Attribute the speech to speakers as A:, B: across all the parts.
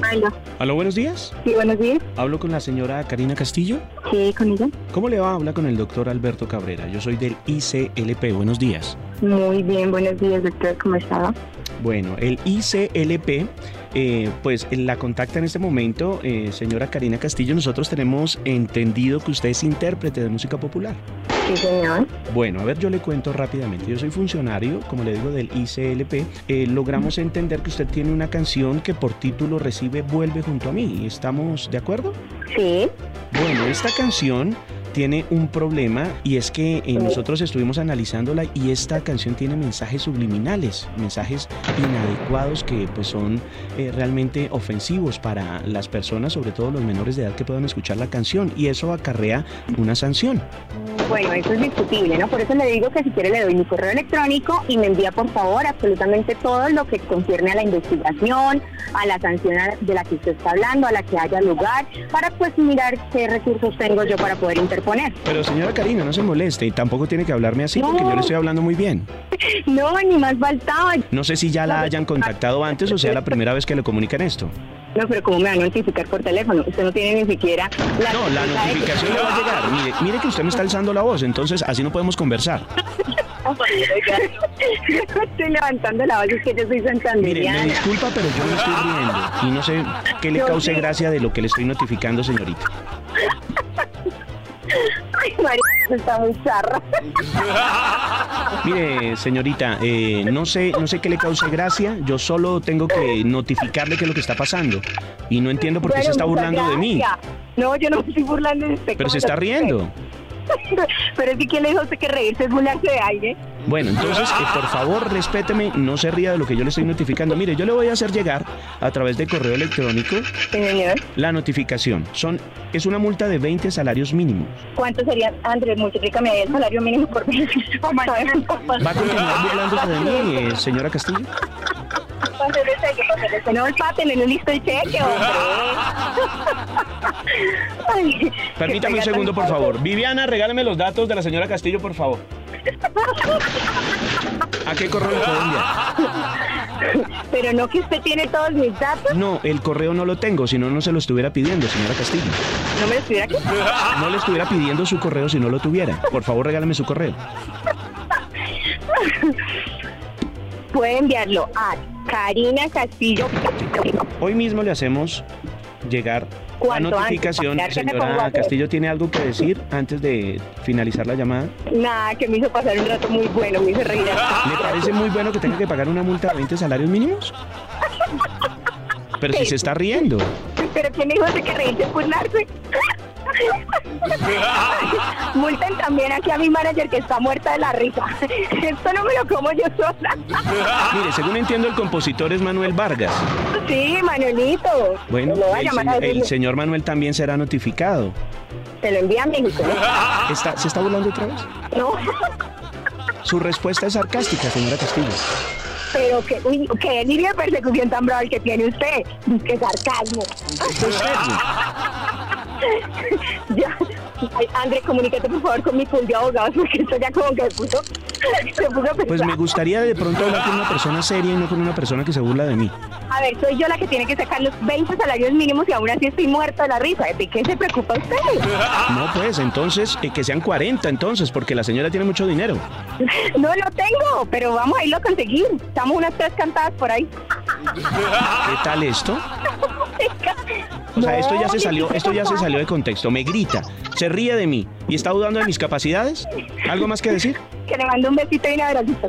A: Mayla.
B: Aló, buenos días.
A: Sí, buenos días.
B: Hablo con la señora Karina Castillo.
A: Sí, con ella.
B: ¿Cómo le va? Habla con el doctor Alberto Cabrera. Yo soy del ICLP. Buenos días.
A: Muy bien, buenos días, doctor. ¿Cómo estaba?
B: Bueno, el ICLP, eh, pues la contacta en este momento, eh, señora Karina Castillo. Nosotros tenemos entendido que usted es intérprete de música popular.
A: Sí, señor.
B: Bueno, a ver, yo le cuento rápidamente. Yo soy funcionario, como le digo, del ICLP. Eh, logramos entender que usted tiene una canción que por título recibe Vuelve junto a mí. ¿Estamos de acuerdo?
A: Sí.
B: Bueno, esta canción tiene un problema y es que eh, nosotros estuvimos analizándola y esta canción tiene mensajes subliminales, mensajes inadecuados que pues son eh, realmente ofensivos para las personas, sobre todo los menores de edad que puedan escuchar la canción y eso acarrea una sanción.
A: Bueno, eso es discutible, ¿no? Por eso le digo que si quiere le doy mi correo electrónico y me envía por favor absolutamente todo lo que concierne a la investigación, a la sanción de la que usted está hablando, a la que haya lugar, para pues mirar qué recursos tengo yo para poder interponer.
B: Pero señora Karina, no se moleste y tampoco tiene que hablarme así porque yo le estoy hablando muy bien.
A: No, ni más faltaba.
B: No sé si ya la hayan contactado antes o sea la primera vez que le comunican esto.
A: No, pero ¿cómo me van a notificar por teléfono? Usted no tiene ni siquiera la
B: No, la
A: notificación de-
B: notificación le va a llegar. Mire, mire que usted me está alzando la voz, entonces así no podemos conversar.
A: Yo estoy levantando la voz, es que yo soy
B: Mire, me
A: santanderiana.
B: disculpa, pero yo me estoy riendo y no sé qué le
A: Yo
B: cause
A: sí.
B: gracia de lo que le estoy notificando, señorita.
A: Ay, María, está muy charra.
B: Mire, señorita, eh, no sé, no sé qué le cause gracia. Yo solo tengo que notificarle qué es lo que está pasando y no entiendo por qué se
A: Bueno,
B: está
A: muchas
B: burlando de mí.
A: gracias. No, yo no me estoy burlando de usted.
B: Pero
A: ¿cómo
B: se está
A: no?
B: riendo.
A: Pero es que ¿quién le dijo a usted que reírse es burlarse de alguien?
B: Bueno, entonces, eh, por favor, respéteme, no se ría de lo que yo le estoy notificando. Mire, yo le voy a hacer llegar a través de correo electrónico
A: Sí, señor.
B: la notificación. Son, es una multa de 20 salarios mínimos.
A: ¿Cuánto sería, Andrés? Multiplícame el salario mínimo por mil.
B: ¿Va a continuar burlándose de mí, eh, señora Castillo?
A: No, empaten en un listo de cheque, hombre.
B: Permítame un segundo, por favor. Viviana, regáleme los datos de la señora Castillo, por favor. ¿A qué correo le puedo enviar?
A: Pero no que usted tiene todos mis datos,
B: No, el correo no lo tengo, si no, no se lo estuviera pidiendo, señora Castillo.
A: no me los tuviera que
B: No le estuviera pidiendo su correo si no lo tuviera. Por favor, regáleme su correo.
A: Puede enviarlo a Karina Castillo.
B: Hoy mismo le hacemos llegar la
A: ¿Cuánto
B: notificación.
A: antes? Ya me pongo a
B: Señora
A: hacer.
B: Castillo, ¿tiene algo que decir antes de finalizar la llamada?
A: Nada, que me hizo pasar un rato muy bueno, me hizo reír.
B: ¿Le parece muy bueno que tenga que pagar una multa de 20 salarios mínimos? Pero si se está riendo.
A: Pero ¿quién le dijo ese que reírse es burlarse? Multen también aquí a mi manager que está muerta de la risa. Esto no me lo como yo sola.
B: Mire, según entiendo, el compositor es Manuel Vargas.
A: Sí, Manuelito.
B: Bueno,
A: lo voy a
B: el,
A: llamar a
B: señor- el
A: decirle,
B: señor Manuel también será notificado.
A: Te lo envía a México,
B: Está- ¿Se está burlando otra vez?
A: ¿no? No,
B: Su respuesta es sarcástica, señora Castillo.
A: pero que, uy, que nivel de persecución tan brava el que tiene usted. Qué sarcasmo.
B: Esto es serio.
A: Ya. Ay, André, comunícate por favor con mi pool de abogados porque esto ya como que se puso, se puso
B: Pues me
A: pesado.
B: gustaría de pronto hablar con una persona seria y no con una persona que se burla de mí.
A: A ver, soy yo la que tiene que sacar los 20 salarios mínimos y aún así estoy muerta de la risa. ¿De qué se preocupa usted?
B: No, pues entonces, eh, que sean 40 entonces, porque la señora tiene mucho dinero.
A: No lo tengo, pero vamos a irlo a conseguir. Estamos unas tres cantadas por ahí.
B: ¿Qué tal esto? O sea, esto ya se salió, esto ya se salió de contexto. Me grita, se ríe de mí y está dudando de mis capacidades. ¿Algo más que decir?
A: Que le mando un besito y un abracito.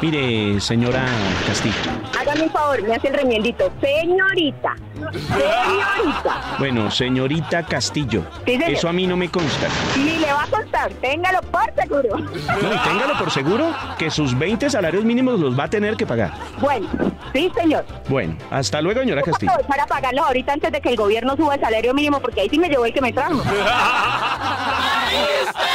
B: Mire, señora Castillo.
A: Hágame un favor, me hace el remiendito. Señorita. Señorita.
B: Bueno, señorita Castillo.
A: Sí, señor.
B: Eso a mí no me consta.
A: Ni le va a costar. Téngalo por seguro.
B: No, y téngalo por seguro que sus 20 salarios mínimos los va a tener que pagar.
A: Bueno, sí, señor.
B: Bueno, hasta luego, señora Castillo.
A: Para pagarlos ahorita antes de que el gobierno suba el salario mínimo, porque ahí sí me llevó el que me trajo.
C: Ahí está.